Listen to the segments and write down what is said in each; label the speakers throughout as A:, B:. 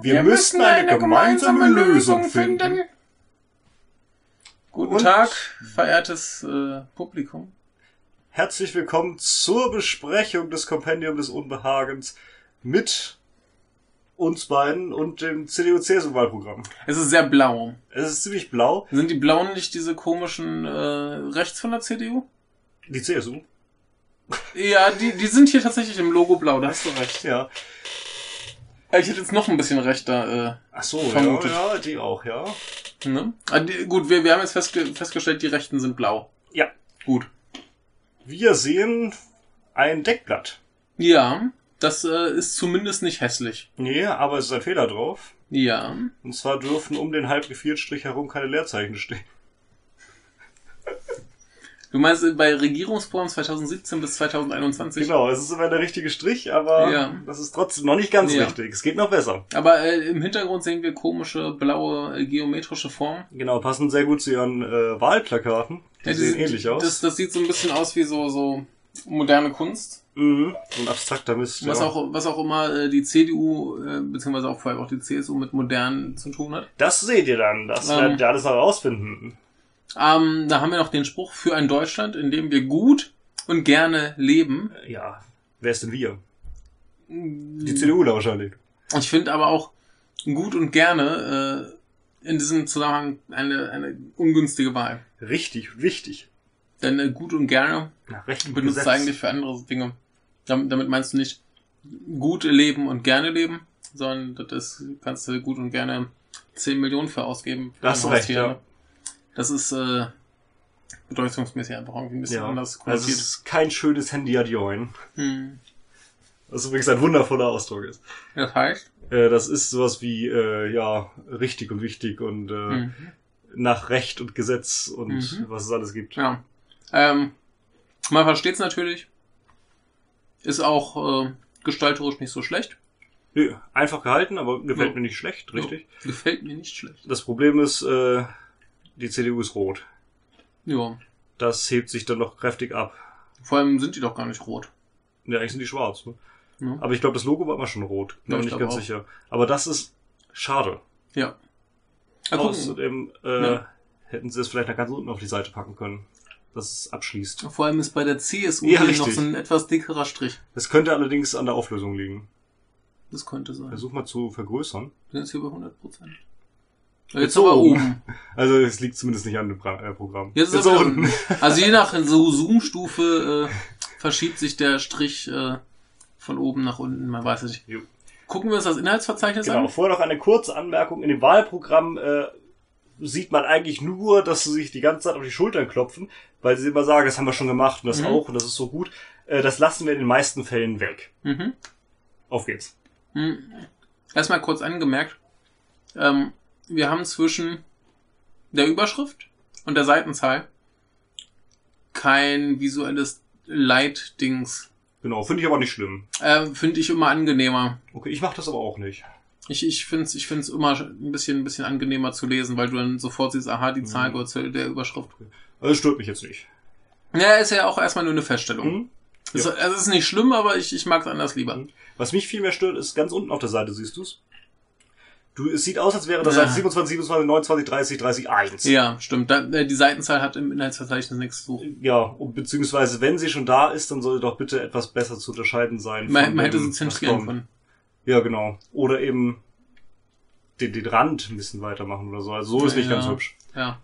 A: Wir, müssten eine gemeinsame Lösung finden.
B: Guten
A: Und-
B: Tag, verehrtes äh, Publikum.
A: Herzlich willkommen zur Besprechung des Kompendium des Unbehagens mit uns beiden und dem CDU-CSU-Wahlprogramm.
B: Es ist sehr blau.
A: Es ist ziemlich blau.
B: Sind die Blauen nicht diese komischen äh, rechts von der CDU?
A: Die CSU?
B: Ja, die, die sind hier tatsächlich im Logo blau, da hast du recht.
A: Ja.
B: Äh, Ich hätte jetzt noch ein bisschen rechter.
A: Ach so,
B: Vermutlich.
A: ja, ja, die auch, ja.
B: Äh, ne? Ah, die, gut, wir, wir haben jetzt festge festgestellt, die Rechten sind blau.
A: Ja.
B: Gut.
A: Wir sehen ein Deckblatt.
B: Ja, das äh, ist zumindest nicht hässlich.
A: Nee, aber es ist ein Fehler drauf.
B: Ja.
A: Und zwar dürfen um den halb Strich herum keine Leerzeichen stehen.
B: Du meinst äh, bei Regierungsprogramm 2017 bis 2021?
A: Genau, es ist immer der richtige Strich, aber
B: Ja.
A: das ist trotzdem noch nicht ganz
B: Ja.
A: richtig. Es geht noch besser.
B: Aber äh, im Hintergrund sehen wir komische blaue äh, geometrische Formen.
A: Genau, passen sehr gut zu ihren äh, Wahlplakaten. Die
B: Ja,
A: sehen
B: dieses-
A: ähnlich aus.
B: Das, das sieht so ein bisschen aus wie so, so moderne Kunst.
A: mhm. So ein abstrakter Mist.
B: Was,
A: ja.
B: auch, was auch immer äh, die CDU, äh, beziehungsweise auch vor allem auch die CSU mit modernen zu tun hat.
A: Das seht ihr dann. Das
B: Ähm.
A: werdet ihr alles noch rausfinden.
B: Ähm, da haben wir noch den Spruch für ein Deutschland, in dem wir gut und gerne leben.
A: Ja, wer ist denn wir? Die
B: Die
A: CDU da wahrscheinlich.
B: Ich finde aber auch gut und gerne äh, in diesem Zusammenhang eine, eine ungünstige Wahl.
A: Richtig, wichtig.
B: Denn äh, gut und gerne
A: Nach Recht und
B: benutzt
A: Gesetz.
B: du eigentlich für andere Dinge. Damit, damit meinst du nicht gut leben und gerne leben, sondern das ist, kannst du gut und gerne 10 Millionen für ausgeben. Für
A: Da hast
B: ein
A: du recht,
B: Haustier,
A: ja.
B: ne? Das ist äh, bedeutungsmäßig einfach irgendwie ein bisschen
A: ja.
B: anders
A: Also
B: konnotiert.
A: es ist kein schönes handy adioin
B: hm.
A: Was übrigens ein wundervoller Ausdruck ist.
B: Das heißt,
A: Äh, das ist sowas wie, äh, ja, richtig und wichtig und äh,
B: mhm.
A: nach Recht und Gesetz und
B: Mhm.
A: was es alles gibt.
B: ja. Ähm, man versteht es natürlich. Ist auch äh, gestalterisch nicht so schlecht.
A: Nö, einfach gehalten, aber gefällt
B: Ja.
A: mir nicht schlecht, richtig.
B: Ja, gefällt mir nicht schlecht.
A: Das Problem ist, äh, die CDU ist rot.
B: Ja.
A: Das hebt sich dann noch kräftig ab.
B: Vor allem sind die doch gar nicht rot.
A: Ja, eigentlich sind die schwarz. Ne?
B: Ne?
A: Aber ich glaube, das Logo war immer schon rot. Bin mir
B: Ja, ich
A: nicht
B: glaub
A: ganz
B: auch.
A: sicher. Aber das ist schade.
B: Ja. Ah, Mal gucken.
A: Außerdem äh,
B: Ja.
A: hätten sie es vielleicht nach ganz unten auf die Seite packen können, dass es abschließt.
B: Vor allem ist bei der CSU
A: Ja,
B: hier
A: richtig.
B: noch so ein etwas dickerer Strich.
A: Das könnte allerdings an der Auflösung liegen.
B: Das könnte sein.
A: Versuch mal zu vergrößern.
B: Wir sind jetzt hier bei 100 Prozent.
A: Jetzt
B: Jetzt aber
A: oben.
B: oben.
A: Also es liegt zumindest nicht an dem Bra- äh, Programm.
B: Jetzt ist
A: Jetzt
B: er wieder unten. Also je nach so Zoom-Stufe äh, verschiebt sich der Strich äh, von oben nach unten. Man weiß es nicht.
A: Jo.
B: Gucken wir uns das Inhaltsverzeichnis
A: Genau,
B: an.
A: vorher noch eine kurze Anmerkung. In dem Wahlprogramm äh, sieht man eigentlich nur, dass sie sich die ganze Zeit auf die Schultern klopfen, weil sie immer sagen, das haben wir schon gemacht und das
B: Mhm.
A: auch und das ist so gut. Äh, das lassen wir in den meisten Fällen weg.
B: Mhm.
A: Auf geht's.
B: Mhm. Erstmal kurz angemerkt. Ähm, wir haben zwischen der Überschrift und der Seitenzahl kein visuelles Leitdings.
A: Genau, finde ich aber nicht schlimm.
B: Ähm, Finde ich immer angenehmer.
A: Okay, ich mache das aber auch nicht.
B: Ich, ich finde es ich find's immer ein bisschen, ein bisschen angenehmer zu lesen, weil du dann sofort siehst, aha, die Zahl
A: Mhm.
B: gehört zu der Überschrift.
A: Also stört mich jetzt nicht.
B: Ja, ist ja auch erstmal nur eine Feststellung.
A: Mhm.
B: Es,
A: ja.
B: es ist nicht schlimm, aber ich, ich mag es anders lieber.
A: Mhm. Was mich viel mehr stört, ist ganz unten auf der Seite, siehst du's? Du, es sieht aus, als wäre das halt
B: Ja.
A: Seite 27, 27, 29, 30, 30, 1.
B: Ja, stimmt. Da, äh, die Seitenzahl hat im Inhaltsverzeichnis nichts zu suchen.
A: Ja, und beziehungsweise wenn sie schon da ist, dann sollte doch bitte etwas besser zu unterscheiden sein.
B: Man,
A: von dem,
B: man hätte sie
A: was
B: zentrieren
A: kommt.
B: können.
A: Ja, genau. Oder eben den, den Rand ein bisschen weitermachen oder so. Also so ist nicht
B: Ja.
A: ganz hübsch.
B: Ja,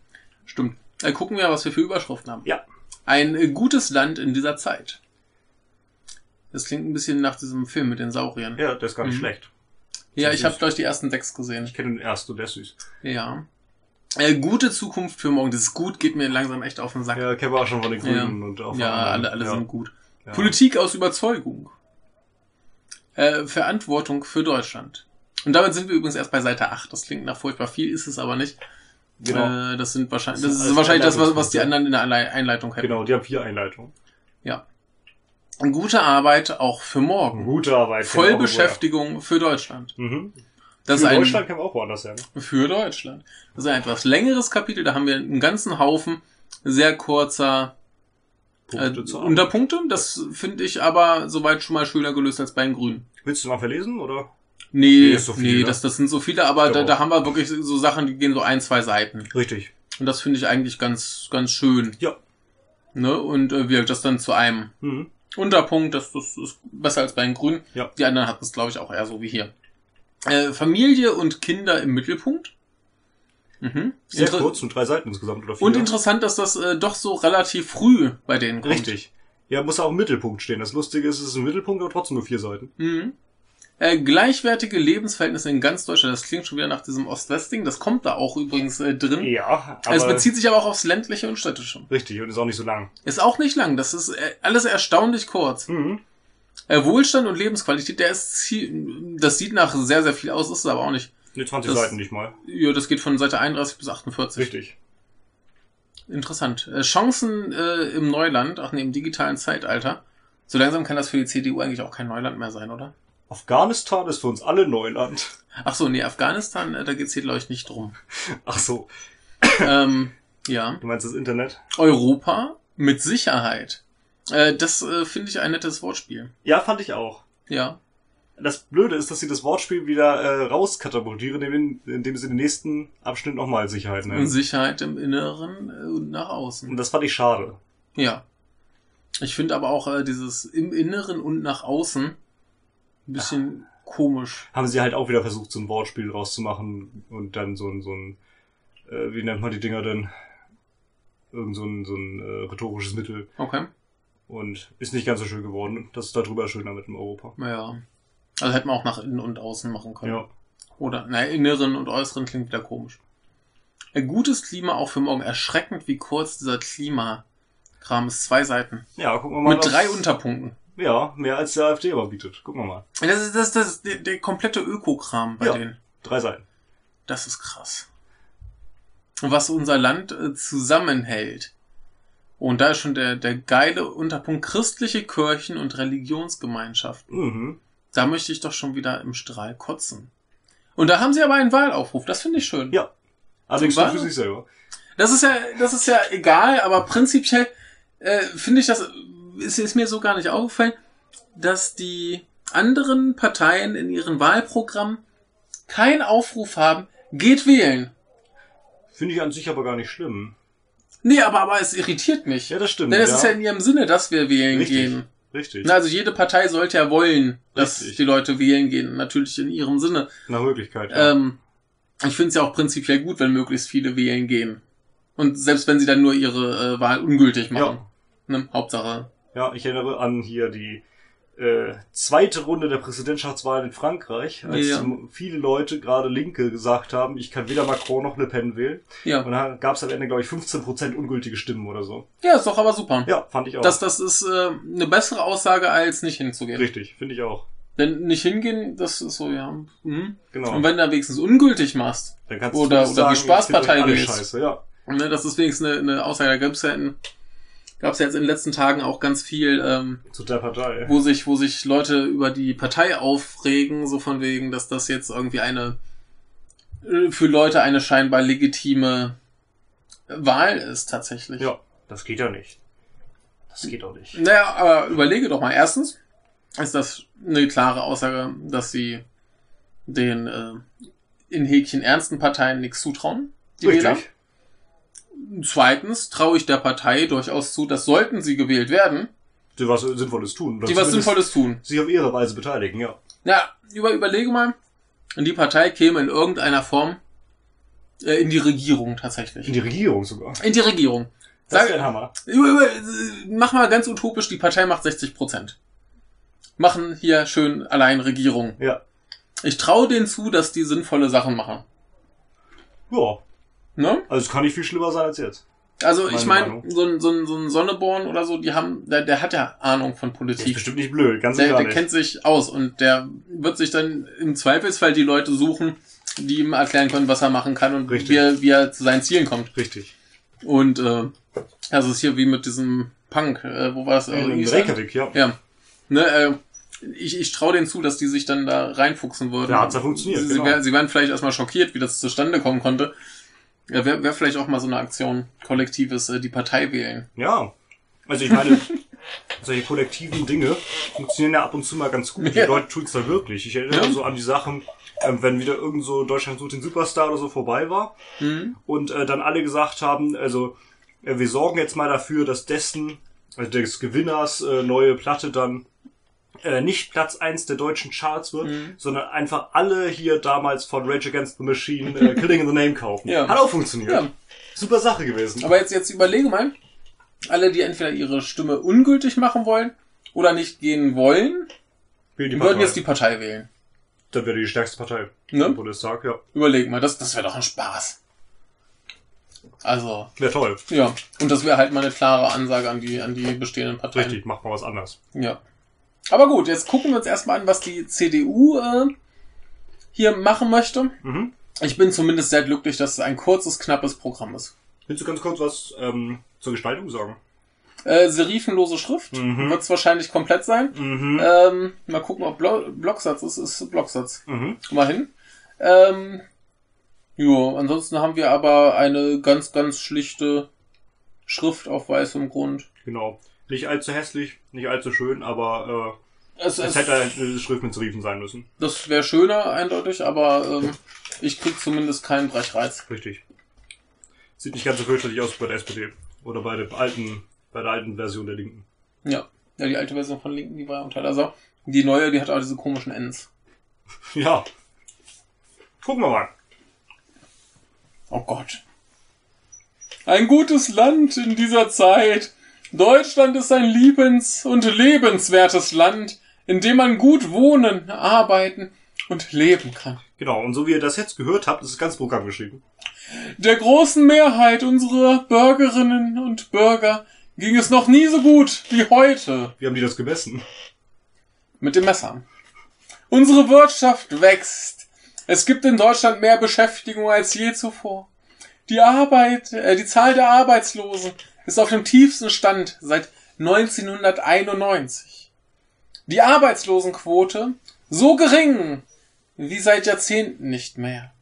B: stimmt. Äh, gucken wir, was wir für Überschriften haben.
A: Ja.
B: Ein äh, gutes Land in dieser Zeit. Das klingt ein bisschen nach diesem Film mit den Sauriern. Ja,
A: Ja, der ist gar nicht
B: Mhm.
A: schlecht.
B: ich habe gleich die ersten sechs gesehen.
A: Ich kenne den ersten, der ist süß.
B: Ja. Äh, gute Zukunft für morgen. Das Gut geht mir langsam echt auf den Sack.
A: Ja, kennen wir auch schon von den Grünen und auch von
B: Ja,
A: anderen.
B: alle, alle
A: ja.
B: sind gut.
A: Ja.
B: Politik aus Überzeugung. Äh, Verantwortung für Deutschland. Und damit sind wir übrigens erst bei Seite 8. Das klingt nach furchtbar viel, ist es aber nicht.
A: Genau,
B: Äh, das sind wahrscheinlich,
A: Das
B: das
A: sind
B: ist
A: alles
B: wahrscheinlich das, was, was
A: Einleitungspunkte.
B: die anderen in der Anlei- Einleitung hätten.
A: genau, die haben vier Einleitungen.
B: Gute Arbeit auch für morgen.
A: Genau. Gute Arbeit.
B: Vollbeschäftigung für Deutschland.
A: kennen wir auch woher. Mhm.
B: Das
A: Für
B: ist ein,
A: Deutschland kann man auch woanders sagen.
B: für Deutschland. Das ist ein etwas längeres Kapitel. Da haben wir einen ganzen Haufen sehr kurzer äh,
A: Punkte zu Arbeit.
B: Unterpunkte. Das finde ich aber soweit schon mal schöner gelöst als bei den Grünen.
A: Willst du mal verlesen oder?
B: Nee,
C: Nee,
B: nee,
C: ist so viel, ne?
B: das, das sind so viele, aber da,
C: Ja.
B: da haben wir wirklich so Sachen, die gehen so ein, zwei Seiten.
C: Richtig.
B: Und das finde ich eigentlich ganz, ganz schön.
C: Ja.
B: Ne? Und äh, wirkt das dann zu einem
A: Mhm.
B: Unterpunkt, das, das ist besser als bei den Grünen.
A: Ja.
B: Die anderen hatten es, glaube ich, auch eher so wie hier. Äh, Familie und Kinder im Mittelpunkt. Mhm.
A: Sehr
B: Inter-
A: kurz, nur drei Seiten insgesamt oder vier.
B: Und interessant, dass das äh, doch so relativ früh bei denen kommt.
A: Richtig. Ja, muss auch im Mittelpunkt stehen. Das Lustige ist, es ist ein Mittelpunkt, aber trotzdem nur vier Seiten.
B: Mhm. Äh, gleichwertige Lebensverhältnisse in ganz Deutschland, das klingt schon wieder nach diesem Ost-West-Ding, das kommt da auch übrigens äh, drin.
A: Ja,
B: es bezieht sich aber auch aufs ländliche und städtische.
A: Richtig, und ist auch nicht so lang.
B: Ist auch nicht lang, das ist äh, alles erstaunlich kurz.
A: Mhm.
B: Äh, Wohlstand und Lebensqualität, der ist zie- das sieht nach sehr, sehr viel aus, ist es aber auch nicht.
A: Ne, 20
B: Das-
A: Seiten nicht mal.
B: Ja, das geht von Seite 31 bis 48.
A: Richtig.
B: Interessant. Äh, Chancen äh, im Neuland, ach nee, im digitalen Zeitalter. So langsam kann das für die CDU eigentlich auch kein Neuland mehr sein, oder?
A: Afghanistan ist für uns alle Neuland.
B: Ach so, nee, Afghanistan, äh, da geht's hier, glaube ich, nicht drum.
A: Ach so,
B: ähm, ja.
A: du meinst das Internet?
B: Europa mit Sicherheit. Äh, das äh, finde ich ein nettes Wortspiel.
A: Ja, fand ich auch.
B: Ja.
A: Das Blöde ist, dass sie das Wortspiel wieder äh, rauskatapultieren, indem, indem sie den nächsten Abschnitt nochmal Sicherheit
B: Und
A: nennen.
B: Sicherheit im Inneren äh, und nach
A: Und
B: außen.
A: das fand ich schade.
B: Ja. Ich finde aber auch äh, dieses im Inneren und nach außen ein bisschen komisch.
A: Haben sie halt auch wieder versucht, so ein Wortspiel rauszumachen und dann so ein, so ein äh, wie nennt man die Dinger denn? Irgend so ein, so ein äh, rhetorisches Mittel.
B: Okay.
A: Und ist nicht ganz so schön geworden. Das ist darüber schöner mit dem Europa.
B: Naja. Also hätte man auch nach innen und außen machen können.
A: Ja.
B: Oder, naja, inneren und äußeren klingt wieder komisch. Ein gutes Klima auch für morgen. Erschreckend, wie kurz dieser Klimakram ist. Zwei Seiten.
A: Ja, gucken wir mal.
B: Mit
A: was-
B: drei Unterpunkten.
A: Ja, mehr als der AfD aber bietet. Gucken wir mal.
B: Das ist, das, das ist der, der komplette Ökokram bei
A: Ja.
B: denen.
A: Drei Seiten.
B: Das ist krass. Und was unser Land äh, zusammenhält. Und da ist schon der, der geile Unterpunkt christliche Kirchen und Religionsgemeinschaften.
A: Mhm.
B: Da möchte ich doch schon wieder im Strahl kotzen. Und da haben sie aber einen Wahlaufruf. Das finde ich schön.
A: Ja. Also ich
B: Super.
A: für sich selber.
B: Das ist ja, das ist ja egal, aber prinzipiell äh, finde ich das, ist, ist mir so gar nicht aufgefallen, dass die anderen Parteien in ihren Wahlprogrammen keinen Aufruf haben, geht wählen.
A: Finde ich an sich aber gar nicht schlimm.
B: Nee, aber, aber es irritiert mich.
A: Ja, das stimmt.
B: Denn es
A: ja.
B: ist ja in ihrem Sinne, dass wir wählen
A: Richtig.
B: gehen.
A: Richtig.
B: Na, Also jede Partei sollte ja wollen, dass
A: Richtig.
B: die Leute wählen gehen. Natürlich in ihrem Sinne.
A: Nach Möglichkeit. Ja.
B: Ähm, ich finde es ja auch prinzipiell gut, wenn möglichst viele wählen gehen. Und selbst wenn sie dann nur ihre äh, Wahl ungültig machen.
A: ja.
B: Ne? Hauptsache.
A: ja, ich erinnere an hier die äh, zweite Runde der Präsidentschaftswahl in Frankreich, als
B: Ja.
A: m- viele Leute, gerade Linke, gesagt haben, ich kann weder Macron noch Le Pen wählen. Und
B: Ja.
A: dann gab es am Ende, glaube ich, 15% ungültige Stimmen oder so.
B: Ja, ist doch aber super.
A: Ja, fand ich auch.
B: Das, das ist äh, eine bessere Aussage, als nicht hinzugehen.
A: Richtig, finde ich auch.
B: Denn nicht hingehen, das ist so, ja. Mhm.
A: Genau.
B: Und wenn du da wenigstens ungültig machst,
A: dann kannst
B: oder-
A: zumindest
B: oder
A: sagen,
B: die
A: es gibt euch
B: Spaßpartei
A: alle
B: gewählt.
A: Scheiße, ja.
B: Ne, das ist wenigstens eine, eine Aussage. Da gab's ja, in, gab's ja jetzt in den letzten Tagen auch ganz viel, ähm,
A: Zu der Partei.
B: wo, sich, wo sich Leute über die Partei aufregen, so von wegen, dass das jetzt irgendwie eine äh, für Leute eine scheinbar legitime Wahl ist tatsächlich.
A: Ja, das geht ja nicht. Das geht auch nicht.
B: Naja, aber überlege doch mal. Erstens ist das eine klare Aussage, dass sie den äh, in Häkchen ernsten Parteien nichts zutrauen. Die Wähler.
A: Richtig.
B: Zweitens traue ich der Partei durchaus zu, dass sollten sie gewählt werden,
A: Die was Sinnvolles tun. Oder
B: die was
A: zumindest
B: Sinnvolles tun.
A: Sich auf ihre Weise beteiligen, ja.
B: Ja, über, überlege mal, die Partei käme in irgendeiner Form äh, in die Regierung tatsächlich.
A: In die Regierung sogar.
B: In die Regierung.
A: Das
B: Sag,
A: ist ein Hammer.
B: über, über, mach mal ganz utopisch, die Partei macht 60 Prozent. Machen hier schön allein Regierung.
A: Ja.
B: Ich traue denen zu, dass die sinnvolle Sachen machen.
A: Ja,
B: Ne?
A: also es kann nicht viel schlimmer sein als jetzt.
B: Also ich
A: Meine
B: meine,
A: Meinung.
B: so ein, so, ein, so ein Sonneborn oder so, die haben, der, der hat ja Ahnung von
A: Das ist
B: Politik.
A: bestimmt nicht blöd, ganz
B: Der,
A: egal.
B: der
A: nicht.
B: kennt sich aus und der wird sich dann im Zweifelsfall die Leute suchen, die ihm erklären können, was er machen kann und
A: Richtig.
B: wie er, wie er zu seinen Zielen kommt.
A: Richtig.
B: Und äh, das ist hier wie mit diesem Punk, äh, wo war das? Äh,
A: In
B: Island?
A: Reykjavik, ja.
B: Ja. Ne, äh, ich, ich traue denen zu, dass die sich dann da reinfuchsen würden.
A: Ja, hat's ja funktioniert,
B: Sie,
A: genau.
B: wär, sie wären vielleicht erstmal schockiert, wie das zustande kommen konnte. Ja, wäre wär vielleicht auch mal so eine Aktion, kollektives äh, die Partei wählen.
A: Ja. Also ich meine, solche kollektiven Dinge funktionieren ja ab und zu mal ganz gut. Die
B: Ja.
A: Leute tun es da wirklich. Ich erinnere
B: Ja.
A: so an die Sachen, ähm, wenn wieder irgend so Deutschland sucht den Superstar oder so vorbei war
B: Mhm.
A: und äh, dann alle gesagt haben, also äh, wir sorgen jetzt mal dafür, dass dessen, also des Gewinners äh, neue Platte dann äh, nicht Platz eins der deutschen Charts wird,
B: Mhm.
A: sondern einfach alle hier damals von Rage Against the Machine äh, Killing in the Name kaufen.
B: Ja.
A: Hat auch funktioniert.
B: Ja.
A: Super Sache gewesen.
B: Aber jetzt, jetzt überlege mal, alle, die entweder ihre Stimme ungültig machen wollen oder nicht gehen wollen,
A: Wählen
B: die
A: die
B: würden
A: Partei.
B: jetzt die Partei wählen.
A: Dann wäre die stärkste Partei
B: Ne?
A: im Bundestag, ja.
B: Überleg mal, das, das wäre doch ein Spaß. Also,
A: Wäre toll.
B: ja. Und das wäre halt mal eine klare Ansage an die, an die bestehenden Parteien.
A: Richtig, macht mal was anderes.
B: Ja. Aber gut, jetzt gucken wir uns erstmal an, was die CDU äh, hier machen möchte.
A: Mhm.
B: Ich bin zumindest sehr glücklich, dass es ein kurzes, knappes Programm ist.
A: Willst du ganz kurz was ähm, zur Gestaltung sagen?
B: Äh, serifenlose Schrift
A: Mhm.
B: wird es wahrscheinlich komplett sein.
A: Mhm.
B: Ähm, mal gucken, ob Blo Blocksatz ist. Ist Blocksatz.
A: Mhm.
B: Immerhin. Ähm, jo, ansonsten haben wir aber eine ganz, ganz schlichte Schrift auf weißem Grund.
A: Genau. Nicht allzu hässlich, nicht allzu schön, aber
B: Es,
A: äh, es
B: es,
A: hätte halt eine Schrift mit Serifen sein müssen.
B: das wäre schöner, eindeutig, aber ähm, ich krieg zumindest keinen Brechreiz.
A: Richtig. Sieht nicht ganz so fürchterlich aus wie bei der SPD. Oder bei der alten, bei der alten Version der Linken.
B: Ja. Ja, die alte Version von Linken, die war ja unter Also die neue, die hat auch diese komischen Ends.
A: Ja. Gucken wir mal.
B: Oh Gott. Ein gutes Land in dieser Zeit. Deutschland ist ein liebens- und lebenswertes Land, in dem man gut wohnen, arbeiten und leben kann.
A: Genau, und so wie ihr das jetzt gehört habt, ist das ganze Programm geschrieben.
B: Der großen Mehrheit unserer Bürgerinnen und Bürger ging es noch nie so gut wie heute
A: Wie haben die das gemessen?
B: mit dem Messer. Unsere Wirtschaft wächst. Es gibt in Deutschland mehr Beschäftigung als je zuvor. Die Arbeit, äh, die Zahl der Arbeitslosen ist auf dem tiefsten Stand seit 1991. Die Arbeitslosenquote so gering wie seit Jahrzehnten nicht mehr.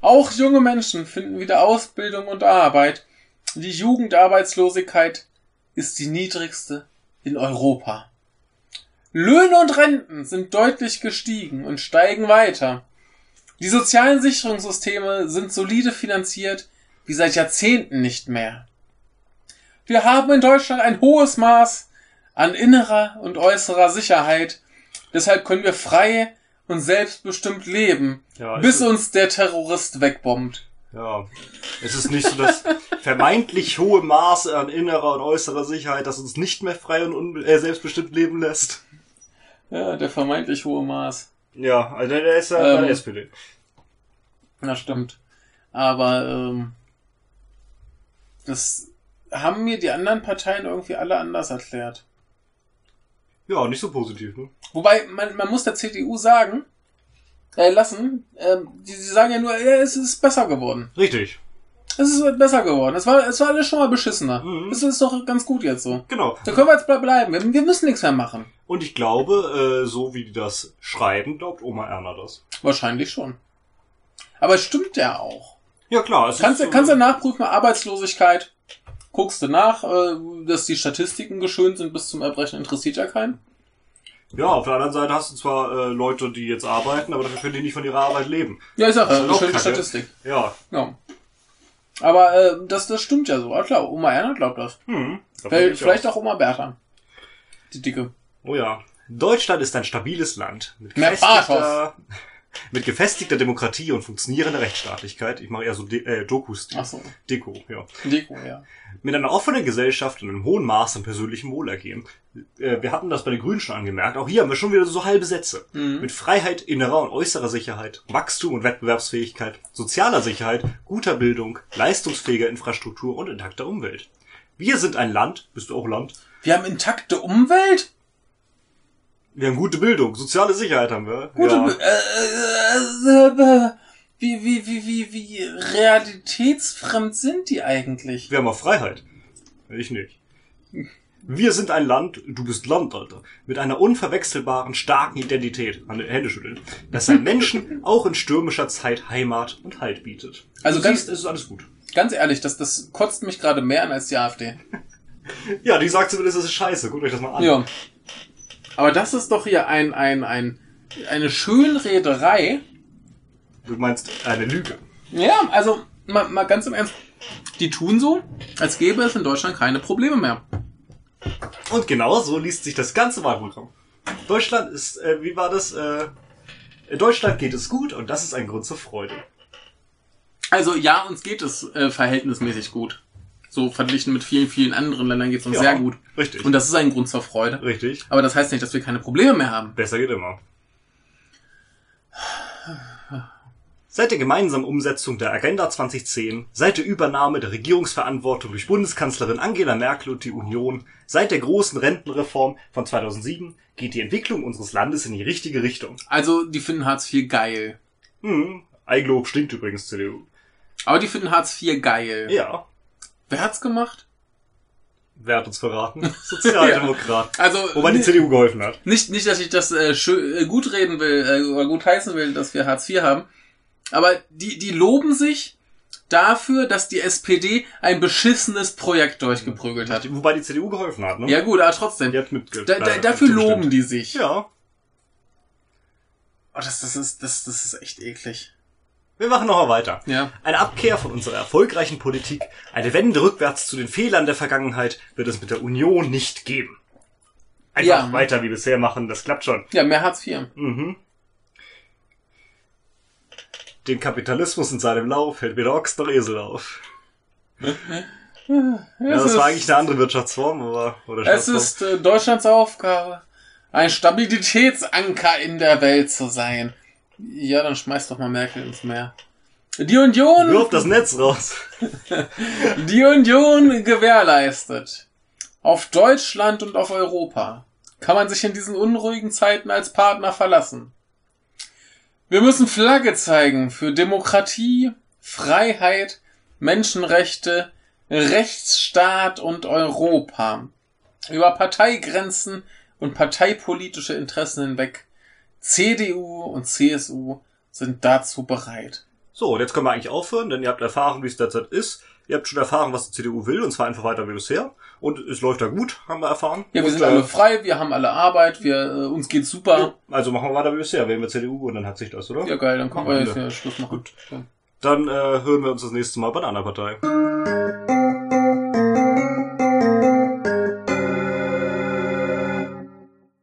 B: Auch junge Menschen finden wieder Ausbildung und Arbeit. Die Jugendarbeitslosigkeit ist die niedrigste in Europa. Löhne und Renten sind deutlich gestiegen und steigen weiter. Die sozialen Sicherungssysteme sind solide finanziert wie seit Jahrzehnten nicht mehr. Wir haben in Deutschland ein hohes Maß an innerer und äußerer Sicherheit. Deshalb können wir frei und selbstbestimmt leben,
A: Ja, es
B: bis
A: ist-
B: uns der Terrorist wegbombt.
A: Ja, es ist nicht so das vermeintlich hohe Maß an innerer und äußerer Sicherheit, das uns nicht mehr frei und unbe- äh, selbstbestimmt leben lässt.
B: Ja, der vermeintlich hohe Maß.
A: Ja, also der ist ja
B: Ähm.
A: bei der SPD.
B: Na stimmt. Aber ähm, das haben mir die anderen Parteien irgendwie alle anders erklärt.
A: Ja, nicht so positiv, ne?
B: Wobei, man, man muss der CDU sagen, äh, lassen, ähm, die, sie sagen ja nur, äh, es ist besser geworden.
A: Richtig.
B: Es ist besser geworden. Es war, es war alles schon mal beschissener.
A: Mhm.
B: Es ist doch ganz gut jetzt so.
A: Genau.
B: Da können wir jetzt ble- bleiben. Wir, wir müssen nichts mehr machen.
A: Und ich glaube, äh, so wie die das schreiben, glaubt Oma Erna das.
B: Wahrscheinlich schon. Aber es stimmt ja auch.
A: Ja, klar. Es
B: Kannst,
A: ist so-
B: du- kannst du nachprüfen, Arbeitslosigkeit. Guckst du nach, äh, dass die Statistiken geschönt sind bis zum Erbrechen, interessiert ja keinen.
A: Ja, auf der anderen Seite hast du zwar äh, Leute, die jetzt arbeiten, aber dafür können die nicht von ihrer Arbeit leben.
B: Ja, ich sag,
A: Das ist
B: eine
A: auch
B: Äh, schöne
A: Kacke.
B: Statistik.
A: Ja.
B: Ja. Aber äh, das, das stimmt ja so. Ah, klar, Oma Erna glaubt das.
A: Hm. davon gehe
B: Weil,
A: ich
B: vielleicht
A: aus.
B: auch Oma Bertha. Die Dicke.
A: Oh ja. Deutschland ist ein stabiles Land. Mit
B: Mehr
A: gefestigter, mit gefestigter Demokratie und funktionierender Rechtsstaatlichkeit. Ich mache eher so De äh, Doku-Stil.
B: Ach so.
A: Deko, ja.
B: Deko, ja.
A: Mit einer offenen Gesellschaft und einem hohen Maß an persönlichem Wohlergehen. Äh, wir hatten das bei den Grünen schon angemerkt. Auch hier haben wir schon wieder so halbe Sätze.
B: Mhm.
A: Mit Freiheit, innerer und äußerer Sicherheit, Wachstum und Wettbewerbsfähigkeit, sozialer Sicherheit, guter Bildung, leistungsfähiger Infrastruktur und intakter Umwelt. Wir sind ein Land, bist du auch Land?
B: Wir haben intakte Umwelt?
A: Wir haben gute Bildung, soziale Sicherheit haben wir.
B: Gute
A: ja.
B: Be- äh, äh, äh, wie, wie, wie, wie, wie realitätsfremd sind die eigentlich?
A: Wir haben auch Freiheit. Ich nicht. Wir sind ein Land, du bist Land, Alter. Mit einer unverwechselbaren, starken Identität. An den Hände schütteln. Das seinen Menschen auch in stürmischer Zeit Heimat und Halt bietet.
B: Also
A: du
B: ganz-
A: siehst, es ist alles gut.
B: Ganz ehrlich, das, das kotzt mich gerade mehr an als die AfD.
A: Ja, die sagt zumindest, das ist scheiße. Guckt euch das mal an.
B: Ja. Aber das ist doch hier ein, ein, ein, eine Schönrederei.
A: Du meinst eine Lüge.
B: Ja, also mal, mal ganz im Ernst. Die tun so, als gäbe es in Deutschland keine Probleme mehr.
A: Und genau so liest sich das ganze Wahlprogramm. Deutschland ist, äh, wie war das? Äh, in Deutschland geht es gut und das ist ein Grund zur Freude.
B: Also ja, uns geht es äh, verhältnismäßig gut. So verglichen mit vielen, vielen anderen Ländern geht es uns
A: Ja,
B: sehr gut.
A: richtig.
B: Und das ist ein Grund zur Freude.
A: Richtig.
B: Aber das heißt nicht, dass wir keine Probleme mehr haben.
A: Besser geht immer. Seit der gemeinsamen Umsetzung der Agenda 2010, seit der Übernahme der Regierungsverantwortung durch Bundeskanzlerin Angela Merkel und die Union, seit der großen Rentenreform von 2007 geht die Entwicklung unseres Landes in die richtige Richtung.
B: Also die finden Hartz IV geil.
A: Hm, Eigenlob stinkt übrigens, CDU.
B: Aber die finden Hartz IV geil.
A: Ja,
B: Wer hat's gemacht?
A: wer hat uns verraten? Sozialdemokrat.
B: Also
A: Wobei die
B: ni-
A: CDU geholfen hat.
B: nicht, nicht, dass ich das äh, schön, äh, gut reden will äh, oder gut heißen will, dass wir Hartz IV haben. Aber die, die loben sich dafür, dass die SPD ein beschissenes Projekt durchgeprügelt hat.
A: Wobei die CDU geholfen hat, ne?
B: Ja gut, aber trotzdem.
A: Die hat mitge-
B: Da, da,
A: leider
B: dafür
A: zugestimmt.
B: loben die sich.
A: Ja,
B: Oh, das, das, ist, das, das ist echt eklig.
A: wir machen nochmal weiter.
B: Ja.
A: Eine Abkehr von unserer erfolgreichen Politik, eine Wende rückwärts zu den Fehlern der Vergangenheit wird es mit der Union nicht geben. Einfach
B: Ja.
A: weiter wie bisher machen, das klappt schon.
B: Ja, mehr Hartz IV.
A: Mhm. Den Kapitalismus in seinem Lauf hält weder Ochs noch Esel auf. Ja, das war eigentlich eine andere Wirtschaftsform, aber oder
B: Es
A: Staatsform.
B: ist äh, Deutschlands Aufgabe, ein Stabilitätsanker in der Welt zu sein. Ja, dann schmeiß doch mal Merkel ins Meer. Die Union,
A: Wirf das Netz raus.
B: die Union gewährleistet. Auf Deutschland und auf Europa kann man sich in diesen unruhigen Zeiten als Partner verlassen. Wir müssen Flagge zeigen für Demokratie, Freiheit, Menschenrechte, Rechtsstaat und Europa. Über Parteigrenzen und parteipolitische Interessen hinweg. CDU und CSU sind dazu bereit.
A: So, und jetzt können wir eigentlich aufhören, denn ihr habt erfahren, wie es derzeit ist. Ihr habt schon erfahren, was die CDU will, und zwar einfach weiter wie bisher. Und es läuft da gut, haben wir erfahren.
B: Ja,
A: und,
B: wir
A: äh,
B: sind alle frei, wir haben alle Arbeit, wir, äh, uns geht's super.
A: Also machen wir weiter wie bisher, wählen wir CDU und dann hat sich das, oder?
B: Ja, genau. geil, dann können wir
A: Am
B: jetzt
A: Ende.
B: ja Schluss machen. Ja.
A: Dann äh, hören wir uns das nächste Mal bei einer anderen Partei.